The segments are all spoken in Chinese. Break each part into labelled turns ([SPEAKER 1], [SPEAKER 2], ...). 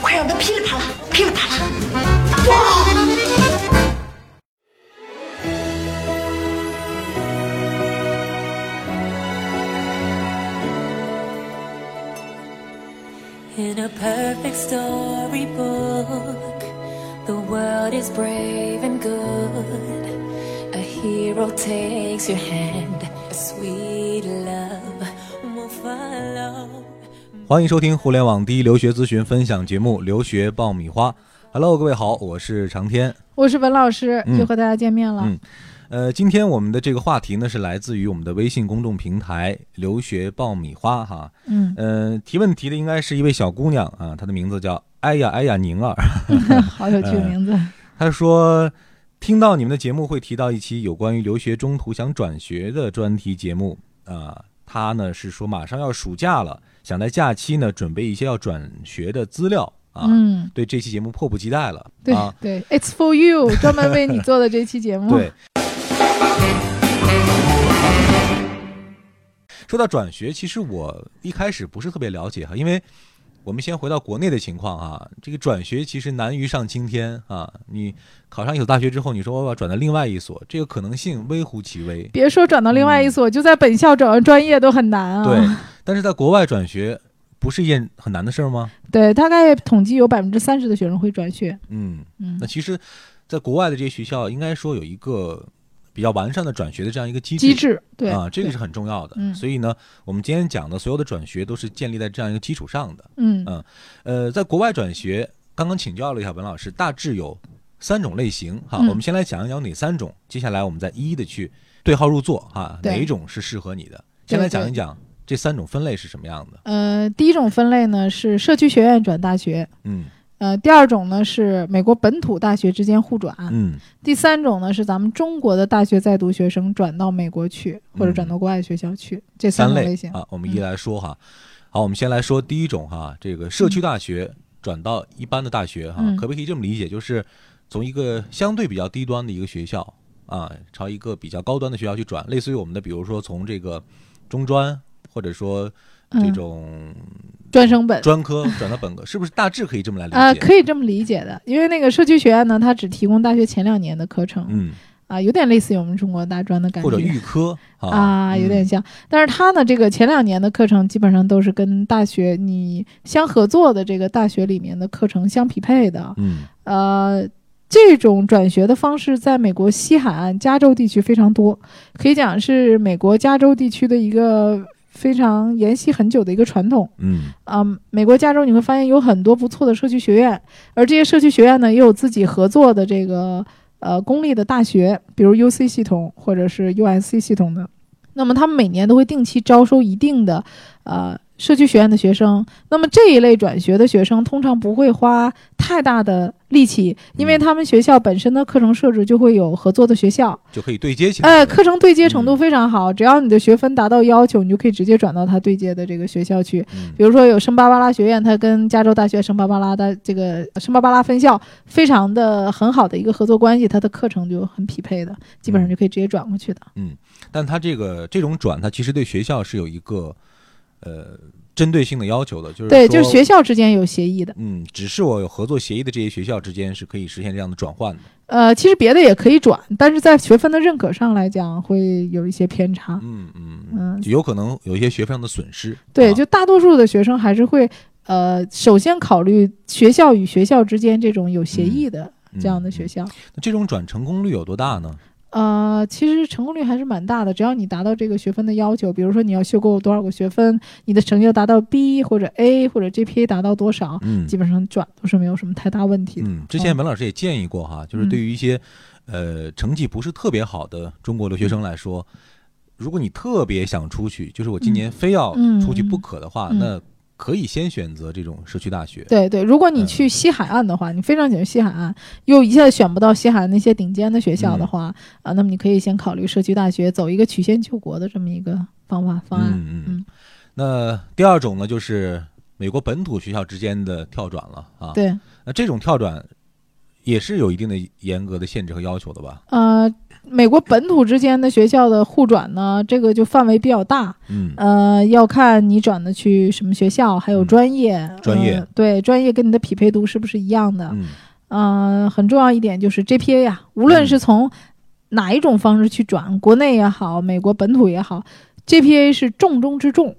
[SPEAKER 1] 快让它噼里啪啦，噼里啪啦。
[SPEAKER 2] In a perfect storybook, the world is brave and good. A hero takes your hand, a sweet love will follow. ”，
[SPEAKER 3] 欢迎收听互联网第一留学咨询分享节目《留学爆米花》。Hello，各位好，我是长天。
[SPEAKER 4] 我是文老师
[SPEAKER 3] 嗯，
[SPEAKER 4] 又和大家见面了。
[SPEAKER 3] 嗯呃，今天我们的这个话题呢，是来自于我们的微信公众平台“留学爆米花”哈。
[SPEAKER 4] 嗯
[SPEAKER 3] 呃，提问题的应该是一位小姑娘啊，她的名字叫哎呀哎呀宁儿。嗯
[SPEAKER 4] 好有趣的名字。
[SPEAKER 3] 哎他说，听到你们的节目会提到一期有关于留学中途想转学的专题节目啊、他呢是说马上要暑假了，想在假期呢准备一些要转学的资料啊，
[SPEAKER 4] 嗯，
[SPEAKER 3] 对这期节目迫不及待了
[SPEAKER 4] 对、
[SPEAKER 3] 啊，
[SPEAKER 4] 对，It's for you，专门为你做的这期节目。
[SPEAKER 3] 对。说到转学，其实我一开始不是特别了解哈，因为我们先回到国内的情况啊，这个转学其实难于上青天啊。你考上一所大学之后，你说我要转到另外一所，这个可能性微乎其微。
[SPEAKER 4] 别说转到另外一所，就在本校找到专业都很难啊。
[SPEAKER 3] 嗯对，但是在国外转学不是一件很难的事儿吗？
[SPEAKER 4] 对大概统计有百分之三十的学生会转学。
[SPEAKER 3] 嗯，
[SPEAKER 4] 嗯
[SPEAKER 3] 那，其实，在国外的这些学校，应该说有一个比较完善的转学的这样一个机制。
[SPEAKER 4] 机制对
[SPEAKER 3] 啊，这个
[SPEAKER 4] 对
[SPEAKER 3] 是很重要的。
[SPEAKER 4] 嗯
[SPEAKER 3] 所以呢，我们今天讲的所有的转学都是建立在这样一个基础上的。
[SPEAKER 4] 嗯
[SPEAKER 3] 嗯呃，在国外转学，刚刚请教了一下文老师，大致有三种类型哈。
[SPEAKER 4] 嗯
[SPEAKER 3] 我们先来讲一讲哪三种，接下来我们再一一的去对号入座哈，
[SPEAKER 4] 对
[SPEAKER 3] 哪一种是适合你的？
[SPEAKER 4] 对
[SPEAKER 3] 先来讲一讲这三种分类是什么样的。
[SPEAKER 4] 呃，第一种分类呢是社区学院转大学，
[SPEAKER 3] 嗯
[SPEAKER 4] 呃，第二种呢是美国本土大学之间互转，
[SPEAKER 3] 嗯
[SPEAKER 4] 第三种呢是咱们中国的大学在读学生转到美国去，或者
[SPEAKER 3] 嗯
[SPEAKER 4] 转到国外学校去，这
[SPEAKER 3] 三
[SPEAKER 4] 种
[SPEAKER 3] 类
[SPEAKER 4] 类型。嗯
[SPEAKER 3] 啊，我们一一来说哈。好，我们先来说第一种哈，这个社区大学转到一般的大学哈，
[SPEAKER 4] 嗯
[SPEAKER 3] 可不可以这么理解？就是从一个相对比较低端的一个学校啊，朝一个比较高端的学校去转，类似于我们的，比如说从这个中专或者说这
[SPEAKER 4] 嗯
[SPEAKER 3] 种
[SPEAKER 4] 专升本
[SPEAKER 3] 专科转到本科，是不是大致可以这么来理解？
[SPEAKER 4] 啊、可以这么理解的，因为那个社区学院呢，它只提供大学前两年的课程，啊、
[SPEAKER 3] 嗯，
[SPEAKER 4] 有点类似于我们中国大专的感觉，
[SPEAKER 3] 或者预科啊
[SPEAKER 4] 啊，有点
[SPEAKER 3] 嗯
[SPEAKER 4] 像。但是它呢，这个前两年的课程基本上都是跟大学你相合作的这个大学里面的课程相匹配的，
[SPEAKER 3] 嗯
[SPEAKER 4] 呃。这种转学的方式在美国西海岸加州地区非常多，可以讲是美国加州地区的一个非常沿袭很久的一个传统。
[SPEAKER 3] 嗯
[SPEAKER 4] 嗯，美国加州你会发现有很多不错的社区学院，而这些社区学院呢，也有自己合作的这个呃公立的大学，比如 UC 系统或者是 USC 系统的。那么他们每年都会定期招收一定的呃社区学院的学生。那么这一类转学的学生，通常不会花太大的力气，因为
[SPEAKER 3] 嗯
[SPEAKER 4] 他们学校本身的课程设置就会有合作的学校，
[SPEAKER 3] 就可以对接起来。
[SPEAKER 4] 哎，课程对接程
[SPEAKER 3] 嗯
[SPEAKER 4] 度非常好，只要你的学分达到要求，你就可以直接转到他对接的这个学校去。
[SPEAKER 3] 嗯
[SPEAKER 4] 比如说有圣巴巴拉学院，它跟加州大学圣巴巴拉的这个圣巴巴拉分校非常的很好的一个合作关系，它的课程就很匹配的，基本上就可以直接转过去的。
[SPEAKER 3] 但它这个这种转，它其实对学校是有一个呃针对性的要求的，就是嗯
[SPEAKER 4] 对，
[SPEAKER 3] 说
[SPEAKER 4] 就是学校之间有协议的。
[SPEAKER 3] 嗯，只是我有合作协议的这些学校之间是可以实现这样的转换的。
[SPEAKER 4] 呃，其实别的也可以转，但是在学分的认可上来讲，会有一些偏差。
[SPEAKER 3] 嗯嗯
[SPEAKER 4] 嗯
[SPEAKER 3] 就有可能有一些学分上的损失。
[SPEAKER 4] 对，
[SPEAKER 3] 啊
[SPEAKER 4] 就大多数的学生还是会。呃，首先考虑学校与学校之间这种有协议的这样的学、校，
[SPEAKER 3] 嗯那这种转成功率有多大呢？
[SPEAKER 4] 呃，其实成功率还是蛮大的，只要你达到这个学分的要求，比如说你要修够多少个学分，你的成绩要达到 B 或者 A 或者 GPA 达到多少，
[SPEAKER 3] 嗯
[SPEAKER 4] 基本上转都是没有什么太大问题的。
[SPEAKER 3] 嗯，之前文老师也建议过
[SPEAKER 4] 嗯
[SPEAKER 3] 哈，就是对于一些呃成绩不是特别好的中国留学生来说，如果你特别想出去，就是我今年非要出去不可的话，
[SPEAKER 4] 嗯嗯嗯
[SPEAKER 3] 那可以先选择这种社区大学。
[SPEAKER 4] 对对，如果你
[SPEAKER 3] 嗯
[SPEAKER 4] 去西海岸的话，你非常喜欢西海岸，又一下选不到西海岸那些顶尖的学校的
[SPEAKER 3] 嗯
[SPEAKER 4] 话，啊，那么你可以先考虑社区大学，走一个曲线救国的这么一个方法方案。
[SPEAKER 3] 嗯
[SPEAKER 4] 嗯
[SPEAKER 3] 嗯。那第二种呢，就是美国本土学校之间的跳转了啊。。
[SPEAKER 4] 对，
[SPEAKER 3] 那这种跳转也是有一定的严格的限制和要求的吧？
[SPEAKER 4] 呃，美国本土之间的学校的互转呢，这个就范围比较大，
[SPEAKER 3] 嗯
[SPEAKER 4] 呃，要看你转的去什么学校，还有
[SPEAKER 3] 嗯
[SPEAKER 4] 专业，
[SPEAKER 3] 专业
[SPEAKER 4] 呃对专业跟你的匹配度是不是一样的？
[SPEAKER 3] 嗯
[SPEAKER 4] 呃，很重要一点就是 GPA 呀、啊无论是从哪一种方式去转，国内也好，美国本土也好，GPA 是重中之重。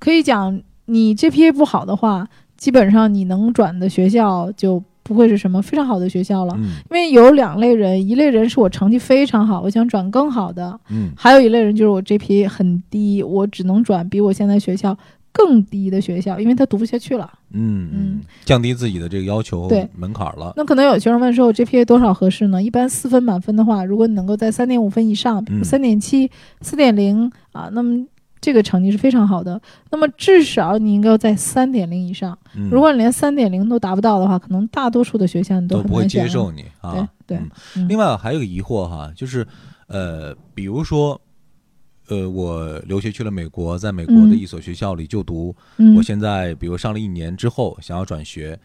[SPEAKER 4] 可以讲，你 GPA 不好的话，基本上你能转的学校就不会是什么非常好的学校了。
[SPEAKER 3] 嗯
[SPEAKER 4] 因为有两类人，一类人是我成绩非常好，我想转更好的；
[SPEAKER 3] 嗯
[SPEAKER 4] 还有一类人就是我 GPA 很低，我只能转比我现在学校更低的学校，因为他读不下去了。
[SPEAKER 3] 嗯嗯，降低自己的这个要求
[SPEAKER 4] 对
[SPEAKER 3] 门槛了。
[SPEAKER 4] 那可能有学生问说，我 GPA 多少合适呢？一般四分满分的话，如果你能够在三点五分以上，比如
[SPEAKER 3] 嗯
[SPEAKER 4] 三点七、四点零啊，那么这个成绩是非常好的。那么至少你应该要在三点零以上。
[SPEAKER 3] 嗯
[SPEAKER 4] 如果你连三点零都达不到的话，可能大多数的学校你
[SPEAKER 3] 都
[SPEAKER 4] 很
[SPEAKER 3] 不会
[SPEAKER 4] 难选
[SPEAKER 3] 接
[SPEAKER 4] 了。
[SPEAKER 3] 受你啊。
[SPEAKER 4] 对对
[SPEAKER 3] 嗯
[SPEAKER 4] 嗯
[SPEAKER 3] 另外还有一个疑惑哈，就是呃，比如说。呃，我留学去了美国，在美国的
[SPEAKER 4] 嗯
[SPEAKER 3] 一所学校里就读。
[SPEAKER 4] 嗯
[SPEAKER 3] 我现在比如上了一年之后，想要转学，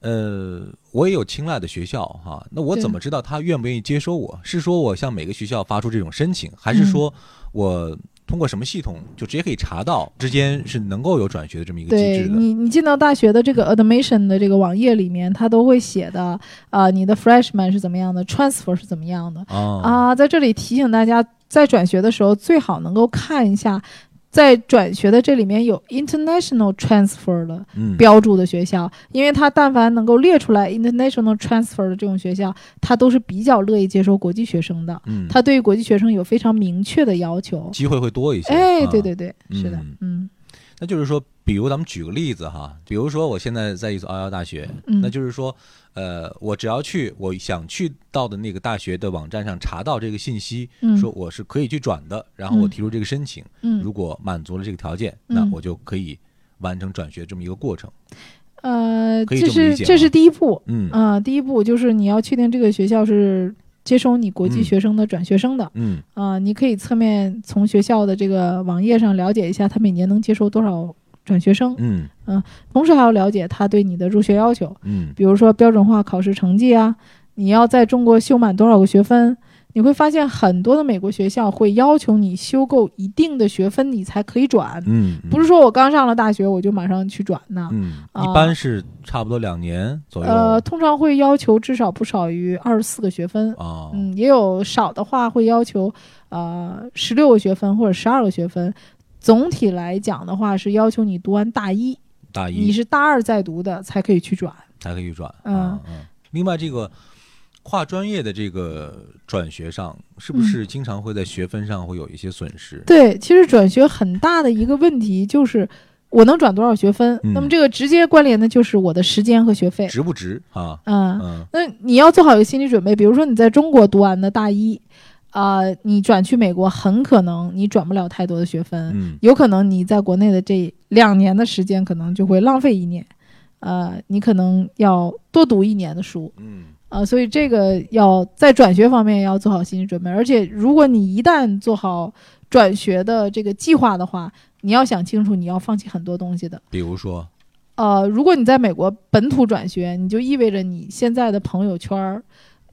[SPEAKER 3] 呃，我也有青睐的学校哈、那我
[SPEAKER 4] 对
[SPEAKER 3] 怎么知道他愿不愿意接收我？是说我向每个学校发出这种申请，
[SPEAKER 4] 嗯
[SPEAKER 3] 还是说我通过什么系统就直接可以查到之间是能够有转学的这么一个机
[SPEAKER 4] 对
[SPEAKER 3] 制的？
[SPEAKER 4] 你，你进到大学的这个 admission 的这个网页里面，它都会写的啊、你的 freshman 是怎么样的，transfer 是怎么样的。
[SPEAKER 3] 啊，
[SPEAKER 4] 啊，在这里提醒大家，在转学的时候最好能够看一下，在转学的这里面有 international transfer 的
[SPEAKER 3] 嗯，
[SPEAKER 4] 标注的学校，因为它但凡能够列出来 international transfer 的这种学校，它都是比较乐意接收国际学生的，
[SPEAKER 3] 嗯，
[SPEAKER 4] 它对于国际学生有非常明确的要求。
[SPEAKER 3] 机会会多一些。
[SPEAKER 4] 哎，
[SPEAKER 3] 啊
[SPEAKER 4] 对对对，是的
[SPEAKER 3] 嗯，
[SPEAKER 4] 嗯
[SPEAKER 3] 那就是说，比如咱们举个例子哈，比如说我现在在一所二幺大学，
[SPEAKER 4] 嗯
[SPEAKER 3] 那就是说，呃，我只要去我想去到的那个大学的网站上查到这个信息，
[SPEAKER 4] 嗯
[SPEAKER 3] 说我是可以去转的，然后我提出这个申请，
[SPEAKER 4] 嗯
[SPEAKER 3] 如果满足了这个条件，
[SPEAKER 4] 嗯
[SPEAKER 3] 那我就可以完成转学这么一个过程。
[SPEAKER 4] 呃，
[SPEAKER 3] 可以这
[SPEAKER 4] 这
[SPEAKER 3] 么
[SPEAKER 4] 是
[SPEAKER 3] 理解
[SPEAKER 4] 这
[SPEAKER 3] 吗
[SPEAKER 4] 是第一步，
[SPEAKER 3] 嗯
[SPEAKER 4] 啊、第一步就是你要确定这个学校是接收你国际
[SPEAKER 3] 嗯
[SPEAKER 4] 学生的转学生的。
[SPEAKER 3] 嗯
[SPEAKER 4] 啊、你可以侧面从学校的这个网页上了解一下，他每年能接收多少转学生，
[SPEAKER 3] 嗯
[SPEAKER 4] 同时还要了解他对你的入学要求，
[SPEAKER 3] 嗯
[SPEAKER 4] 比如说标准化考试成绩啊，你要在中国修满多少个学分。你会发现很多的美国学校会要求你修够一定的学分，你才可以转，
[SPEAKER 3] 嗯，嗯
[SPEAKER 4] 不是说我刚上了大学我就马上去转的。
[SPEAKER 3] 嗯，
[SPEAKER 4] 啊
[SPEAKER 3] 一般是差不多两年左右
[SPEAKER 4] 呃，通常会要求至少不少于二十四个学分，
[SPEAKER 3] 啊，
[SPEAKER 4] 嗯，也有少的话会要求呃十六个学分或者十二个学分。总体来讲的话，是要求你读完大一，
[SPEAKER 3] 大一
[SPEAKER 4] 你是大二再读的才可以去转。
[SPEAKER 3] 才可以转。
[SPEAKER 4] 嗯
[SPEAKER 3] 啊嗯，另外这个跨专业的这个转学上，是不
[SPEAKER 4] 嗯
[SPEAKER 3] 是经常会在学分上会有一些损失？
[SPEAKER 4] 对，其实转学很大的一个问题就是我能转多少学分，那
[SPEAKER 3] 嗯
[SPEAKER 4] 么这个直接关联的就是我的时间和学费。
[SPEAKER 3] 值不值啊？
[SPEAKER 4] 嗯，
[SPEAKER 3] 嗯
[SPEAKER 4] 那你要做好一个心理准备，比如说你在中国读完的大一，啊、你转去美国，很可能你转不了太多的学分。
[SPEAKER 3] 嗯
[SPEAKER 4] 有可能你在国内的这两年的时间，可能就会浪费一年，呃，你可能要多读一年的书，
[SPEAKER 3] 嗯
[SPEAKER 4] 啊，所以这个要在转学方面要做好心理准备，而且如果你一旦做好转学的这个计划的话，你要想清楚你要放弃很多东西的。
[SPEAKER 3] 比如说，
[SPEAKER 4] 呃，如果你在美国本土转学，你就意味着你现在的朋友圈儿，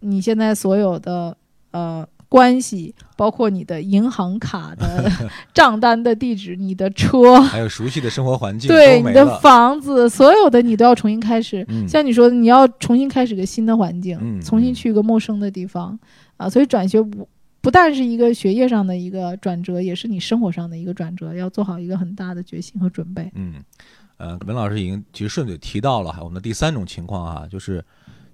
[SPEAKER 4] 你现在所有的呃关系，包括你的银行卡的 账单的地址、你的车，
[SPEAKER 3] 还有熟悉的生活环境
[SPEAKER 4] 对
[SPEAKER 3] 都
[SPEAKER 4] 你
[SPEAKER 3] 没
[SPEAKER 4] 的
[SPEAKER 3] 了。
[SPEAKER 4] 房子，所有的你都要重新开始。
[SPEAKER 3] 嗯
[SPEAKER 4] 像你说的，你要重新开始个新的环境，
[SPEAKER 3] 嗯
[SPEAKER 4] 重新
[SPEAKER 3] 嗯
[SPEAKER 4] 去一个陌生的地方啊，所以转学不不但是一个学业上的一个转折，也是你生活上的一个转折，要做好一个很大的决心和准备。
[SPEAKER 3] 嗯，呃，文老师已经其实顺嘴提到了哈我们的第三种情况啊，就是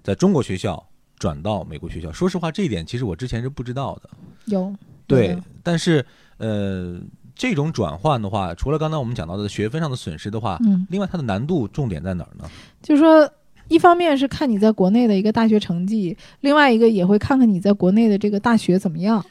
[SPEAKER 3] 在中国学校转到美国学校。说实话，这一点其实我之前是不知道的。
[SPEAKER 4] 有
[SPEAKER 3] 对
[SPEAKER 4] 嗯，
[SPEAKER 3] 但是呃，这种转换的话，除了刚才我们讲到的学分上的损失的话，
[SPEAKER 4] 嗯，
[SPEAKER 3] 另外它的难度重点在哪儿呢？
[SPEAKER 4] 就是说，一方面是看你在国内的一个大学成绩，另外一个也会看看你在国内的这个大学怎么样。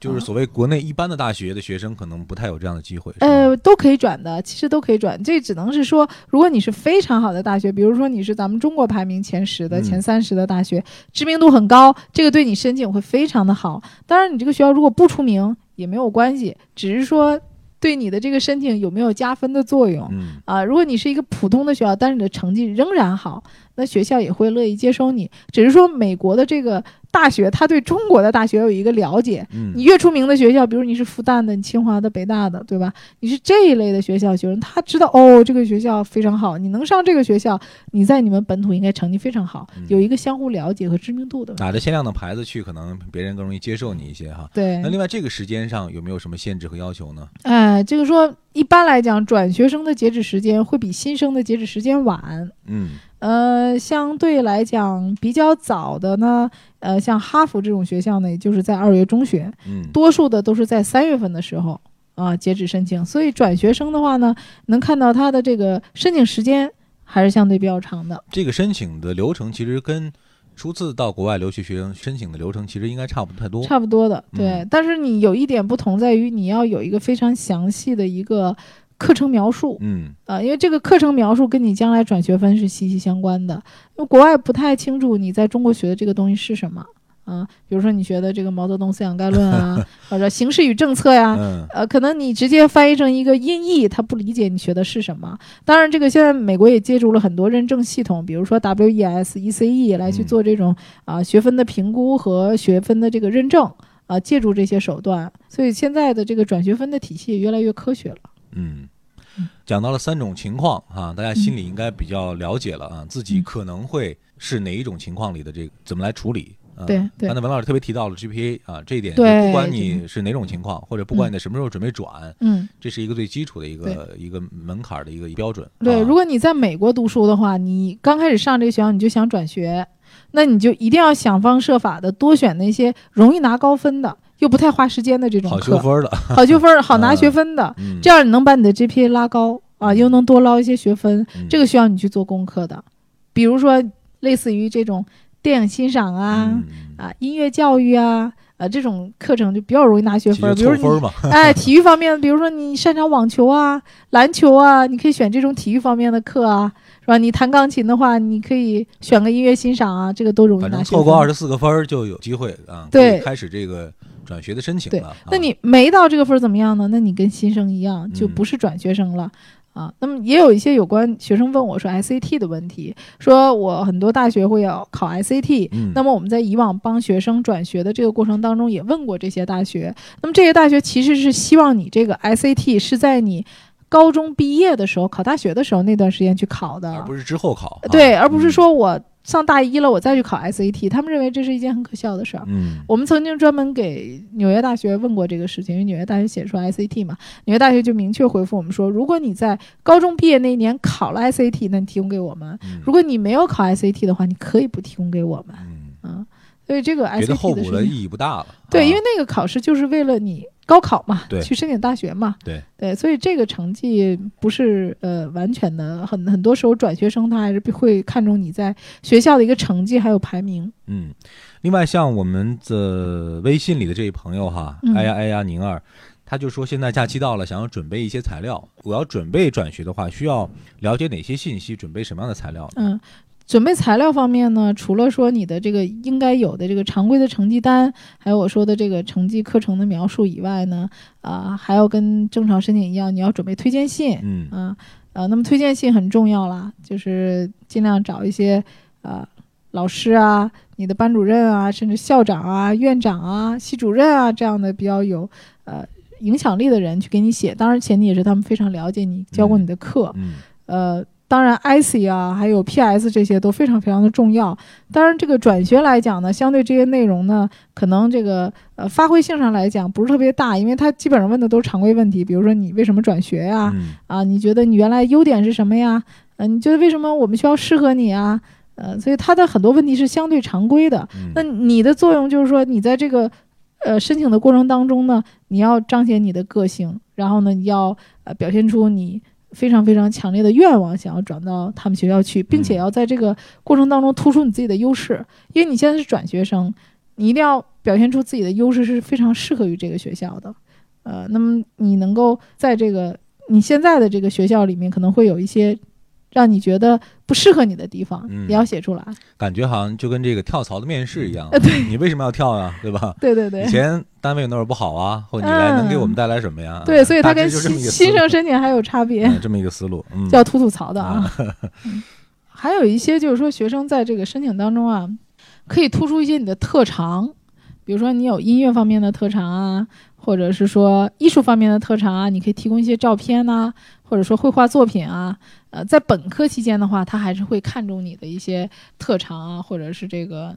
[SPEAKER 3] 就是所谓国内一般的大学的学生，可能不太有这样的机会。是吧
[SPEAKER 4] 呃，都可以转的，其实都可以转。这只能是说，如果你是非常好的大学，比如说你是咱们中国排名前十的、
[SPEAKER 3] 嗯
[SPEAKER 4] 前三十的大学，知名度很高，这个对你申请会非常的好。当然，你这个学校如果不出名也没有关系，只是说对你的这个申请有没有加分的作用。
[SPEAKER 3] 嗯
[SPEAKER 4] 啊，如果你是一个普通的学校，但是你的成绩仍然好，那学校也会乐意接收你。只是说美国的这个大学，他对中国的大学有一个了解，
[SPEAKER 3] 嗯
[SPEAKER 4] 你越出名的学校，比如你是复旦的、你清华的、北大的，对吧？你是这一类的学校学生，他知道哦，这个学校非常好，你能上这个学校，你在你们本土应该成绩非常好
[SPEAKER 3] 嗯，啊
[SPEAKER 4] 有一个相互了解和知名度的问题。
[SPEAKER 3] 打着限量的牌子去，可能别人更容易接受你一些哈。
[SPEAKER 4] 对
[SPEAKER 3] 那，另外这个时间上有没有什么限制和要求呢？
[SPEAKER 4] 哎，这个说一般来讲，转学生的截止时间会比新生的截止时间晚。
[SPEAKER 3] 嗯
[SPEAKER 4] 呃，相对来讲比较早的呢，呃，像哈佛这种学校呢，也就是在二月中旬，
[SPEAKER 3] 嗯
[SPEAKER 4] 多数的都是在三月份的时候啊截止申请，所以转学生的话呢，能看到他的这个申请时间还是相对比较长的。
[SPEAKER 3] 这个申请的流程其实跟初次到国外留学学生申请的流程其实应该差不太多。
[SPEAKER 4] 差不多的，对。
[SPEAKER 3] 哦嗯
[SPEAKER 4] 但是你有一点不同在于，你要有一个非常详细的一个课程描述，
[SPEAKER 3] 嗯
[SPEAKER 4] 啊，因为这个课程描述跟你将来转学分是息息相关的。因为国外不太清楚你在中国学的这个东西是什么啊，比如说你学的这个《毛泽东思想概论》 啊，或者《形势与政策》呀，
[SPEAKER 3] 嗯
[SPEAKER 4] 呃，可能你直接翻译成一个音译，他不理解你学的是什么。当然，这个现在美国也借助了很多认证系统，比如说 E WES、ECE 来去
[SPEAKER 3] 嗯
[SPEAKER 4] 做这种啊、学分的评估和学分的这个认证啊、借助这些手段，所以现在的这个转学分的体系也越来越科学了。
[SPEAKER 3] 嗯，讲到了三种情况啊，大家心里应该比较了解了啊，自己
[SPEAKER 4] 嗯
[SPEAKER 3] 可能会是哪一种情况里的这个怎么来处理。啊
[SPEAKER 4] 对对
[SPEAKER 3] 刚才文老师特别提到了 GPA 啊，这一点，
[SPEAKER 4] 对嗯
[SPEAKER 3] 不管
[SPEAKER 4] 这
[SPEAKER 3] 你是哪种情况，或者不管你在什么时候准备转，
[SPEAKER 4] 嗯，
[SPEAKER 3] 这是一个最基础的一个一个门槛儿的一个标准。
[SPEAKER 4] 对，
[SPEAKER 3] 啊
[SPEAKER 4] 如果你在美国读书的话，你刚开始上这个学校你就想转学，那你就一定要想方设法的多选那些容易拿高分的，又不太花时间的这种
[SPEAKER 3] 好修
[SPEAKER 4] 课，
[SPEAKER 3] 分儿的，
[SPEAKER 4] 好修分儿，好拿
[SPEAKER 3] 嗯
[SPEAKER 4] 学分的，
[SPEAKER 3] 嗯，
[SPEAKER 4] 这样你能把你的 GPA 拉高啊，又能多捞一些学分，
[SPEAKER 3] 嗯
[SPEAKER 4] 这个需要你去做功课的，比如说类似于这种电影欣赏啊、
[SPEAKER 3] 嗯嗯
[SPEAKER 4] 啊音乐教育啊。啊，这种课程就比较容易拿学
[SPEAKER 3] 其
[SPEAKER 4] 分儿，
[SPEAKER 3] 实
[SPEAKER 4] 比
[SPEAKER 3] 凑
[SPEAKER 4] 如你
[SPEAKER 3] 分儿嘛，
[SPEAKER 4] 哎，体育方面，比如说你擅长网球啊、篮球啊，你可以选这种体育方面的课啊，是吧？你弹钢琴的话，你可以选个音乐欣赏啊，这个都容易
[SPEAKER 3] 反
[SPEAKER 4] 拿
[SPEAKER 3] 正
[SPEAKER 4] 学
[SPEAKER 3] 凑够二
[SPEAKER 4] 分。
[SPEAKER 3] 十四个分儿就有机会啊，可以
[SPEAKER 4] 对
[SPEAKER 3] 开始这个转学的申请
[SPEAKER 4] 对
[SPEAKER 3] 了。啊
[SPEAKER 4] 那你没到这个分儿怎么样呢？那你跟新生一样，就
[SPEAKER 3] 嗯
[SPEAKER 4] 不是转学生了。啊，那么也有一些有关学生问我说 SAT 的问题，说我很多大学会要考 SAT，、
[SPEAKER 3] 嗯，
[SPEAKER 4] 那么我们在以往帮学生转学的这个过程当中，也问过这些大学。那么这些大学其实是希望你这个 SAT 是在你高中毕业的时候，考大学的时候那段时间去考的，
[SPEAKER 3] 而不是之后考，啊
[SPEAKER 4] 对，而不是说我上大一了我再去考 SAT。他们认为这是一件很可笑的事儿。
[SPEAKER 3] 嗯
[SPEAKER 4] 我们曾经专门给纽约大学问过这个事情，因为纽约大学写出 SAT 嘛，纽约大学就明确回复我们说，如果你在高中毕业那一年考了 SAT，那你提供给我们；
[SPEAKER 3] 嗯
[SPEAKER 4] 如果你没有考 SAT 的话，你可以不提供给我们。
[SPEAKER 3] 嗯，
[SPEAKER 4] 啊，所以这个 SAT
[SPEAKER 3] 觉得后
[SPEAKER 4] 的
[SPEAKER 3] 补
[SPEAKER 4] 事
[SPEAKER 3] 的
[SPEAKER 4] 情
[SPEAKER 3] 意义不大了。
[SPEAKER 4] 对，
[SPEAKER 3] 啊
[SPEAKER 4] 因为那个考试就是为了你高考嘛，
[SPEAKER 3] 对
[SPEAKER 4] 去申请大学嘛，
[SPEAKER 3] 对
[SPEAKER 4] 所以这个成绩不是呃完全的，很很多时候转学生他还是会看重你在学校的一个成绩还有排名。
[SPEAKER 3] 嗯，另外像我们的微信里的这位朋友哈，
[SPEAKER 4] 嗯
[SPEAKER 3] 哎呀哎呀宁儿，他就说现在假期到了，想要准备一些材料。我要准备转学的话，需要了解哪些信息？准备什么样的材料呢？
[SPEAKER 4] 嗯，准备材料方面呢，除了说你的这个应该有的这个常规的成绩单，还有我说的这个成绩课程的描述以外呢，啊、还要跟正常申请一样，你要准备推荐信，
[SPEAKER 3] 嗯
[SPEAKER 4] 啊呃，那么推荐信很重要啦，就是尽量找一些呃老师啊、你的班主任啊，甚至校长啊、院长啊、系主任啊这样的比较有呃影响力的人去给你写。当然，前提也是他们非常了解你，教过你的课。
[SPEAKER 3] 嗯
[SPEAKER 4] 呃，当然 IC 啊，还有 PS 这些都非常非常的重要。当然，这个转学来讲呢，相对这些内容呢，可能这个呃发挥性上来讲不是特别大，因为它基本上问的都是常规问题，比如说你为什么转学呀、
[SPEAKER 3] 嗯
[SPEAKER 4] 啊，你觉得你原来优点是什么呀？呃，你觉得为什么我们学校适合你啊？呃，所以它的很多问题是相对常规的。
[SPEAKER 3] 嗯
[SPEAKER 4] 那你的作用就是说，你在这个呃申请的过程当中呢，你要彰显你的个性，然后呢，你要呃表现出你非常非常强烈的愿望，想要转到他们学校去，并且
[SPEAKER 3] 嗯
[SPEAKER 4] 要在这个过程当中突出你自己的优势，因为你现在是转学生。你一定要表现出自己的优势是非常适合于这个学校的。呃，那么你能够在这个你现在的这个学校里面，可能会有一些让你觉得不适合你的地方，
[SPEAKER 3] 嗯
[SPEAKER 4] 也要写出来。
[SPEAKER 3] 感觉好像就跟这个跳槽的面试一样
[SPEAKER 4] 呃，对
[SPEAKER 3] 你为什么要跳呀？对吧？
[SPEAKER 4] 对对对
[SPEAKER 3] 以。前单位那会不好啊，或者你来能给
[SPEAKER 4] 嗯
[SPEAKER 3] 我们带来什么呀？
[SPEAKER 4] 对，所以它
[SPEAKER 3] 啊大
[SPEAKER 4] 跟
[SPEAKER 3] 致就这
[SPEAKER 4] 新
[SPEAKER 3] 么一个思
[SPEAKER 4] 新
[SPEAKER 3] 路
[SPEAKER 4] 生申请还有差别。
[SPEAKER 3] 嗯这么一个思路，嗯，
[SPEAKER 4] 叫吐吐槽 的啊。 嗯还有一些就是说，学生在这个申请当中啊，可以突出一些你的特长，比如说你有音乐方面的特长啊，或者是说艺术方面的特长啊，你可以提供一些照片呐、或者说绘画作品啊。呃，在本科期间的话，他还是会看重你的一些特长啊，或者是这个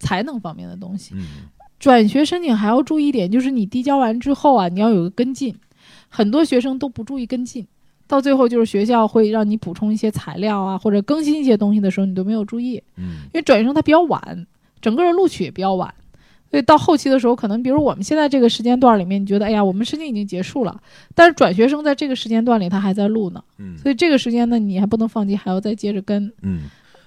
[SPEAKER 4] 才能方面的东西。
[SPEAKER 3] 嗯
[SPEAKER 4] 转学申请还要注意一点，就是你递交完之后啊，你要有个跟进。很多学生都不注意跟进，到最后就是学校会让你补充一些材料啊，或者更新一些东西的时候，你都没有注意。
[SPEAKER 3] 嗯
[SPEAKER 4] 因为转学生他比较晚，整个人录取也比较晚，所以到后期的时候，可能比如我们现在这个时间段里面，你觉得哎呀，我们申请已经结束了，但是转学生在这个时间段里他还在录呢，
[SPEAKER 3] 嗯
[SPEAKER 4] 所以这个时间呢，你还不能放弃，还要再接着跟。
[SPEAKER 3] 嗯。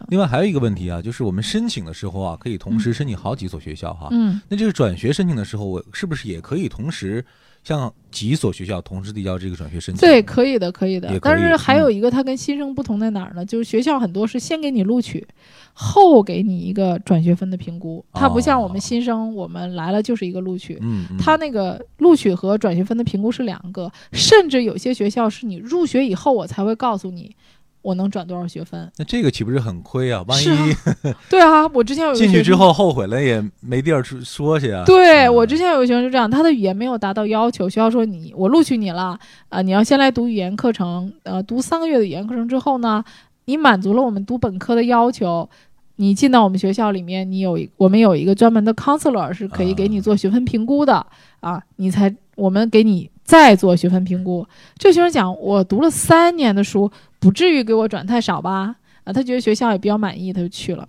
[SPEAKER 3] 另外还有一个问题啊，就是我们申请的时候啊，可以同时申请好几所学校哈。
[SPEAKER 4] 嗯，
[SPEAKER 3] 那这个转学申请的时候，我是不是也可以同时向几所学校同时递交这个转学申请？
[SPEAKER 4] 对，可以的，可以的。
[SPEAKER 3] 嗯也可
[SPEAKER 4] 但
[SPEAKER 3] 以
[SPEAKER 4] 是还有
[SPEAKER 3] 嗯
[SPEAKER 4] 一个，它跟新生不同在哪儿呢？就是学校很多是先给你录取，后给你一个转学分的评估。它不像我们
[SPEAKER 3] 哦
[SPEAKER 4] 新生，我们来了就是一个录取。
[SPEAKER 3] 嗯，嗯，
[SPEAKER 4] 它那个录取和转学分的评估是两个，甚至有些学校是你入学以后我才会告诉你我能转多少学分。
[SPEAKER 3] 那这个岂不是很亏啊？万一
[SPEAKER 4] 是啊对啊，我之前有一个
[SPEAKER 3] 进去
[SPEAKER 4] 学
[SPEAKER 3] 之
[SPEAKER 4] 生
[SPEAKER 3] 后后悔了也没地儿说说去啊。
[SPEAKER 4] 对
[SPEAKER 3] 嗯
[SPEAKER 4] 我之前有个学生就这样，他的语言没有达到要求，学校说你我录取你了啊、你要先来读语言课程，呃，读三个月的语言课程之后呢，你满足了我们读本科的要求，你进到我们学校里面，你有一我们有一个专门的 counselor 是可以给你做学分评估的啊你才我们给你再做学分评估。这学生讲，我读了三年的书，不至于给我转太少吧？啊，他觉得学校也比较满意，他就去了。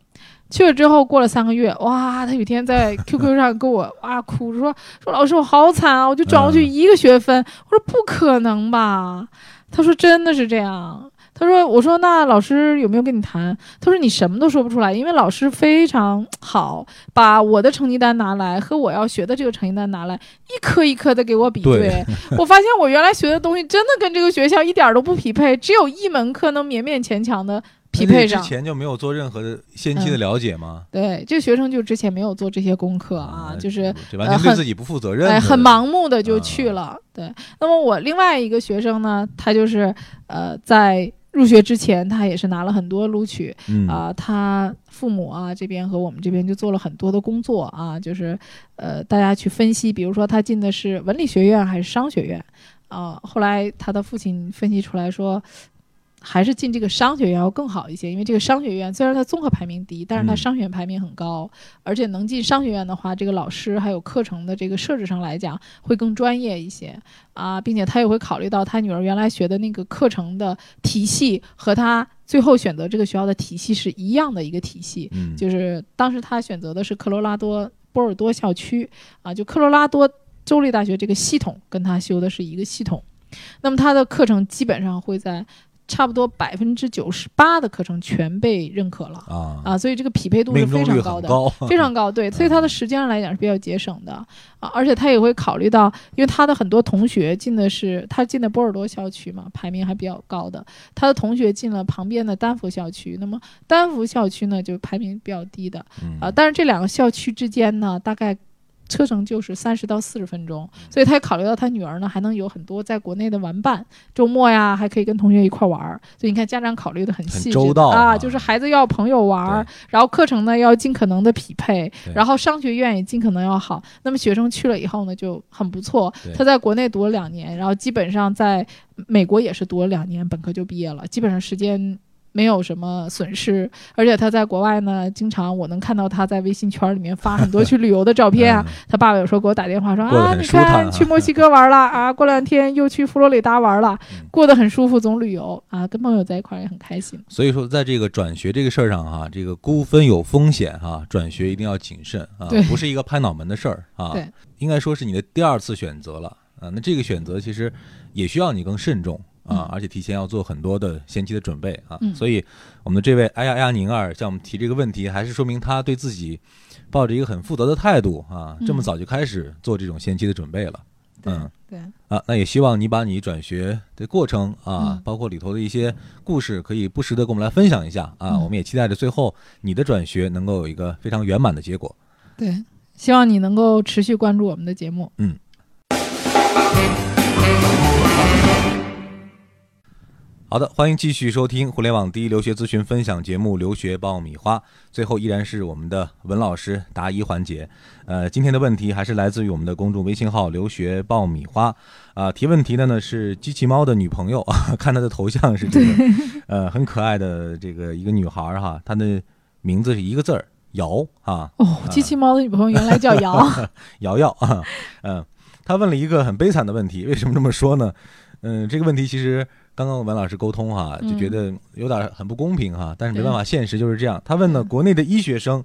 [SPEAKER 4] 去了之后，过了三个月，哇，他有一天在 QQ 上跟我哇哭说说老师我好惨啊，我就转过去
[SPEAKER 3] 嗯
[SPEAKER 4] 一个学分。我说不可能吧？他说真的是这样。他说我说那老师有没有跟你谈？他说你什么都说不出来，因为老师非常好，把我的成绩单拿来和我要学的这个成绩单拿来，一科一科的给我比
[SPEAKER 3] 对
[SPEAKER 4] 我发现我原来学的东西真的跟这个学校一点儿都不匹配，只有一门课能勉勉强强的匹
[SPEAKER 3] 那
[SPEAKER 4] 配
[SPEAKER 3] 你
[SPEAKER 4] 上嗯
[SPEAKER 3] 之。前就没有做任何的先期的了解吗？
[SPEAKER 4] 对，这学生就之前没有做这些功课啊，就是
[SPEAKER 3] 这完全
[SPEAKER 4] 呃
[SPEAKER 3] 对
[SPEAKER 4] 很
[SPEAKER 3] 自己不负责任，
[SPEAKER 4] 哎很
[SPEAKER 3] 对吧。
[SPEAKER 4] 盲目的就去了。对，那么我另外一个学生呢，他就是呃在入学之前，他也是拿了很多录取，
[SPEAKER 3] 嗯
[SPEAKER 4] 啊、他父母啊这边和我们这边就做了很多的工作啊，就是呃，大家去分析，比如说他进的是文理学院还是商学院啊、后来他的父亲分析出来说，还是进这个商学院要更好一些，因为这个商学院虽然它综合排名低，但是它
[SPEAKER 3] 嗯
[SPEAKER 4] 商学院排名很高，而且能进商学院的话，这个老师还有课程的这个设置上来讲会更专业一些啊，并且他也会考虑到他女儿原来学的那个课程的体系和他最后选择这个学校的体系是一样的一个体系，
[SPEAKER 3] 嗯，
[SPEAKER 4] 就是当时他选择的是科罗拉多波尔多校区啊，就科罗拉多州立大学这个系统跟他修的是一个系统，那么他的课程基本上会在差不多百分之九十八的课程全被认可了
[SPEAKER 3] 啊
[SPEAKER 4] 啊，所以这个匹配度是
[SPEAKER 3] 命
[SPEAKER 4] 非
[SPEAKER 3] 中
[SPEAKER 4] 常
[SPEAKER 3] 率
[SPEAKER 4] 高
[SPEAKER 3] 很
[SPEAKER 4] 的。
[SPEAKER 3] 高，
[SPEAKER 4] 非常高，对，所以它的时间上来讲是比较节省的啊，而且他也会考虑到，因为他的很多同学进的是他进的波尔多校区嘛，排名还比较高的，他的同学进了旁边的丹佛校区，那么丹佛校区呢就排名比较低的
[SPEAKER 3] 嗯
[SPEAKER 4] 啊，但是这两个校区之间呢，大概。车程就是三十到四十分钟，所以他也考虑到他女儿呢还能有很多在国内的玩伴，周末呀还可以跟同学一块玩儿，所以你看家长考虑的很
[SPEAKER 3] 很
[SPEAKER 4] 细致
[SPEAKER 3] 周到
[SPEAKER 4] 啊，
[SPEAKER 3] 啊
[SPEAKER 4] 就是孩子要朋友玩儿，然后课程呢要尽可能的匹配
[SPEAKER 3] 对，
[SPEAKER 4] 然后商学院也尽可能要好。那么学生去了以后呢，就很不错
[SPEAKER 3] 对。
[SPEAKER 4] 他在国内读了两年，然后基本上在美国也是读了两年，本科就毕业了，基本上时间。没有什么损失，而且他在国外呢，经常我能看到他在微信圈里面发很多去旅游的照片
[SPEAKER 3] 哎
[SPEAKER 4] 啊，他爸爸有时候给我打电话说
[SPEAKER 3] 嗯过得
[SPEAKER 4] 啊，
[SPEAKER 3] 很
[SPEAKER 4] 你
[SPEAKER 3] 舒坦啊
[SPEAKER 4] 看去墨西哥玩了 啊，过两天又去佛罗里达玩了
[SPEAKER 3] 嗯，
[SPEAKER 4] 过得很舒服，总旅游啊，跟朋友在一块儿也很开心。
[SPEAKER 3] 所以说，在这个转学这个事儿上哈、这个估分有风险哈、转学一定要谨慎啊
[SPEAKER 4] 对，
[SPEAKER 3] 不是一个拍脑门的事儿啊
[SPEAKER 4] 对，
[SPEAKER 3] 应该说是你的第二次选择了啊。那这个选择其实也需要你更慎重啊，而且提前要做很多的先期的准备啊。
[SPEAKER 4] 嗯
[SPEAKER 3] 所以我们的这位哎呀哎呀宁儿向我们提这个问题，还是说明他对自己抱着一个很负责的态度啊，这么
[SPEAKER 4] 嗯
[SPEAKER 3] 早就开始做这种先期的准备了。
[SPEAKER 4] 对
[SPEAKER 3] 嗯
[SPEAKER 4] 对，
[SPEAKER 3] 啊，那也希望你把你转学的过程啊，
[SPEAKER 4] 嗯
[SPEAKER 3] 包括里头的一些故事，可以不时的跟我们来分享一下啊。
[SPEAKER 4] 嗯
[SPEAKER 3] 我们也期待着最后你的转学能够有一个非常圆满的结果。
[SPEAKER 4] 对，希望你能够持续关注我们的节目。
[SPEAKER 3] 好的，欢迎继续收听互联网第一留学咨询分享节目《留学爆米花》。最后依然是我们的文老师答疑环节。呃，今天的问题还是来自于我们的公众微信号“留学爆米花”啊、提问题的呢是机器猫的女朋友 啊，看她的头像是这个呃很可爱的这个一个女孩儿哈，她的名字是一个字儿瑶啊，
[SPEAKER 4] 哦，机器猫的女朋友原来叫瑶，
[SPEAKER 3] 瑶 瑶啊，嗯，他问了一个很悲惨的问题，为什么这么说呢？嗯，这个问题其实刚刚我们老师沟通哈，就觉得
[SPEAKER 4] 嗯
[SPEAKER 3] 有点很不公平哈，但是没办法，现实就是这样。他问呢，
[SPEAKER 4] 嗯
[SPEAKER 3] 国内的医学生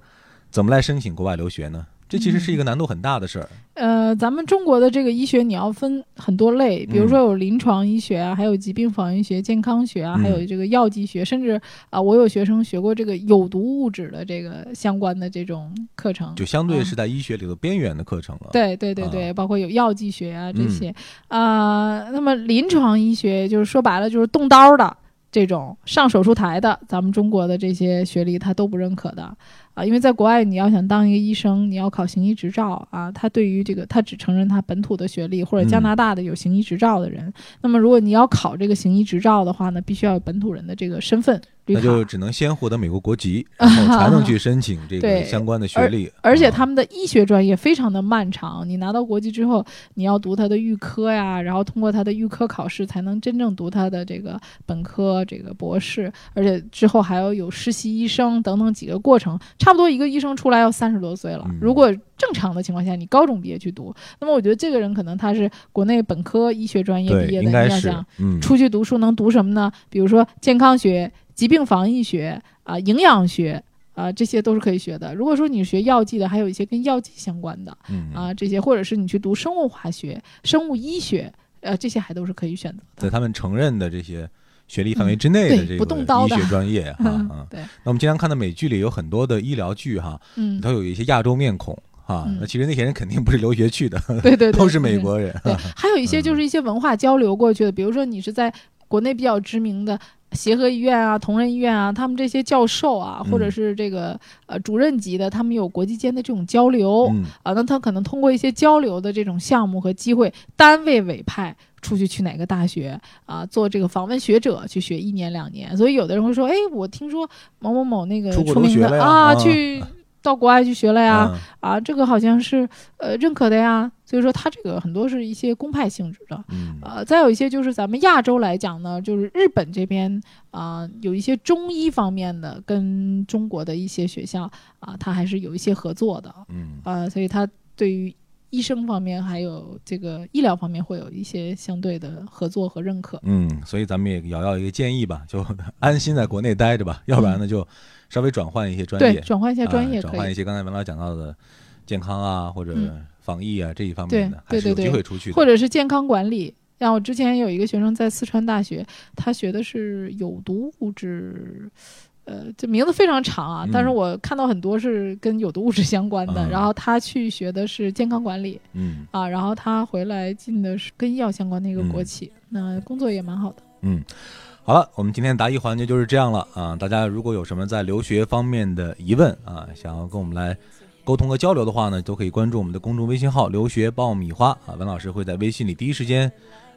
[SPEAKER 3] 怎么来申请国外留学呢？这其实是一个
[SPEAKER 4] 嗯
[SPEAKER 3] 难度很大的事儿。
[SPEAKER 4] 呃，咱们中国的这个医学你要分很多类，
[SPEAKER 3] 嗯
[SPEAKER 4] 比如说有临床医学啊，还有疾病防御学、健康学啊，
[SPEAKER 3] 嗯
[SPEAKER 4] 还有这个药剂学，甚至啊、我有学生学过这个有毒物质的这个相关的这种课程，
[SPEAKER 3] 就相对
[SPEAKER 4] 嗯
[SPEAKER 3] 是在医学里头边缘的课程了。，
[SPEAKER 4] 对对对
[SPEAKER 3] 啊嗯
[SPEAKER 4] 对，包括有药剂学啊这些啊、那么临床医学就是说白了就是动刀的这种上手术台的，咱们中国的这些学历他都不认可的啊，因为在国外你要想当一个医生，你要考行医执照啊，他对于这个他只承认他本土的学历或者加
[SPEAKER 3] 嗯
[SPEAKER 4] 拿大的有行医执照的人。那么如果你要考这个行医执照的话呢，必须要有本土人的这个身份绿
[SPEAKER 3] 那
[SPEAKER 4] 卡。
[SPEAKER 3] 就只能先获得美国国 籍，然后才能去申请这个
[SPEAKER 4] 对
[SPEAKER 3] 相关的学历。
[SPEAKER 4] 而且
[SPEAKER 3] 啊
[SPEAKER 4] 他们的医学专业非常的漫长，你拿到国籍之后，你要读他的预科呀，然后通过他的预科考试，才能真正读他的这个本科、这个博士，而且之后还要有实习医生等等几个过程，差不多一个医生出来要三十多岁了
[SPEAKER 3] 嗯。
[SPEAKER 4] 如果正常的情况下，你高中毕业去读，那么我觉得这个人可能他是国内本科医学专业
[SPEAKER 3] 对
[SPEAKER 4] 毕业的，
[SPEAKER 3] 应
[SPEAKER 4] 你
[SPEAKER 3] 该
[SPEAKER 4] 要
[SPEAKER 3] 是
[SPEAKER 4] 想
[SPEAKER 3] 嗯，
[SPEAKER 4] 出去读书能读什么呢？比如说健康学、疾病防疫学啊、营养学啊、这些都是可以学的。如果说你学药剂的，还有一些跟药剂相关的
[SPEAKER 3] 嗯
[SPEAKER 4] 啊、这些，或者是你去读生物化学、生物医学，呃，这些还都是可以选择
[SPEAKER 3] 在
[SPEAKER 4] 的。
[SPEAKER 3] 他们承认的这些学历范围之内的
[SPEAKER 4] 嗯对
[SPEAKER 3] 这
[SPEAKER 4] 不
[SPEAKER 3] 个
[SPEAKER 4] 动刀
[SPEAKER 3] 医
[SPEAKER 4] 的
[SPEAKER 3] 学专业 啊啊。
[SPEAKER 4] 嗯对，
[SPEAKER 3] 那我们经常看到美剧里有很多的医疗剧哈，里
[SPEAKER 4] 嗯，
[SPEAKER 3] 头有一些亚洲面孔哈，
[SPEAKER 4] 嗯
[SPEAKER 3] 那其实那些人肯定不是留学去的，
[SPEAKER 4] 对对 对，
[SPEAKER 3] 都是美
[SPEAKER 4] 对。
[SPEAKER 3] 国 嗯人。
[SPEAKER 4] 对，还有一些就是一些文化交流过去的，比如说你是在国内比较知名的协和医院啊、同仁医院啊，他们这些教授啊，
[SPEAKER 3] 嗯
[SPEAKER 4] 或者是这个呃主任级的，他们有国际间的这种交流，
[SPEAKER 3] 嗯，
[SPEAKER 4] 啊，那他可能通过一些交流的这种项目和机会，单位委派出去去哪个大学啊，做这个访问学者去学一年两年。所以有的人会说，哎，我听说某某某那个
[SPEAKER 3] 出国
[SPEAKER 4] 出
[SPEAKER 3] 留
[SPEAKER 4] 名
[SPEAKER 3] 学
[SPEAKER 4] 的
[SPEAKER 3] 了呀
[SPEAKER 4] 啊，
[SPEAKER 3] 啊
[SPEAKER 4] 去到国外去学了呀，
[SPEAKER 3] 嗯
[SPEAKER 4] 啊，这个好像是呃认可的呀。所以说，他这个很多是一些公派性质的。
[SPEAKER 3] 嗯
[SPEAKER 4] 呃，再有一些就是咱们亚洲来讲呢，就是日本这边啊、有一些中医方面的跟中国的一些学校啊、它还是有一些合作的。
[SPEAKER 3] 嗯
[SPEAKER 4] 呃，所以他对于医生方面还有这个医疗方面会有一些相对的合作和认可。
[SPEAKER 3] 嗯，所以咱们也瑶瑶一个建议吧，就安心在国内待着吧，要不然呢就稍微转换一些专
[SPEAKER 4] 嗯对，
[SPEAKER 3] 业，
[SPEAKER 4] 转换一下专
[SPEAKER 3] 啊
[SPEAKER 4] 业
[SPEAKER 3] 转
[SPEAKER 4] 可
[SPEAKER 3] 换一
[SPEAKER 4] 以。
[SPEAKER 3] 些刚才文老师讲到的健康啊或者
[SPEAKER 4] 嗯
[SPEAKER 3] 防疫啊这一方
[SPEAKER 4] 对
[SPEAKER 3] 面的，还
[SPEAKER 4] 对
[SPEAKER 3] 是有
[SPEAKER 4] 对
[SPEAKER 3] 机
[SPEAKER 4] 对
[SPEAKER 3] 会出去的。
[SPEAKER 4] 或者是健康管理。像我之前有一个学生在四川大学，他学的是有毒物质。呃，这名字非常长啊，但是
[SPEAKER 3] 嗯
[SPEAKER 4] 我看到很多是跟有毒物质相关的。
[SPEAKER 3] 嗯
[SPEAKER 4] 然后他去学的是健康管理
[SPEAKER 3] 嗯。
[SPEAKER 4] 啊，然后他回来进的是跟医药相关的一个国
[SPEAKER 3] 嗯
[SPEAKER 4] 企，那工作也蛮好的。
[SPEAKER 3] 好了，我们今天答疑环节就是这样了啊！大家如果有什么在留学方面的疑问啊，想要跟我们来沟通和交流的话呢，都可以关注我们的公众微信号“留学爆米花”啊，文老师会在微信里第一时间，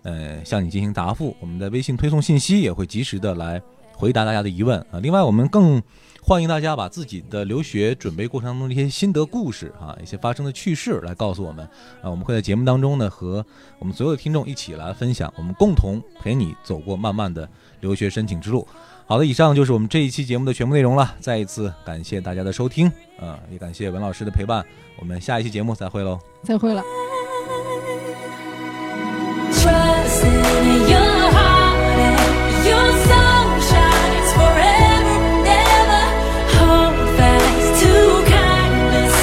[SPEAKER 3] 呃，向你进行答复。我们在微信推送信息也会及时的来回答大家的疑问啊。另外，我们更欢迎大家把自己的留学准备过程当中的一些心得故事啊，一些发生的趣事来告诉我们啊，我们会在节目当中呢和我们所有的听众一起来分享，我们共同陪你走过漫漫的留学申请之路。好的，以上就是我们这一期节目的全部内容了。再一次感谢大家的收听，啊、也感谢文老师的陪伴。我们下一期节目再会喽。
[SPEAKER 4] 再会了。
[SPEAKER 2] Trust in your heart and your soul shines forever and ever. Hold fast to kindness.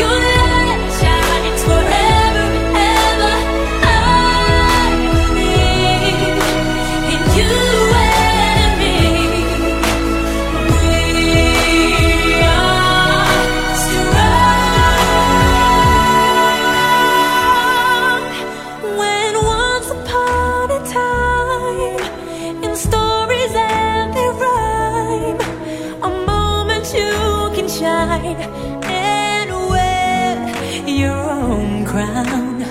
[SPEAKER 2] Your light shines forever and ever. I believe in you. sunshine and wear your own crown.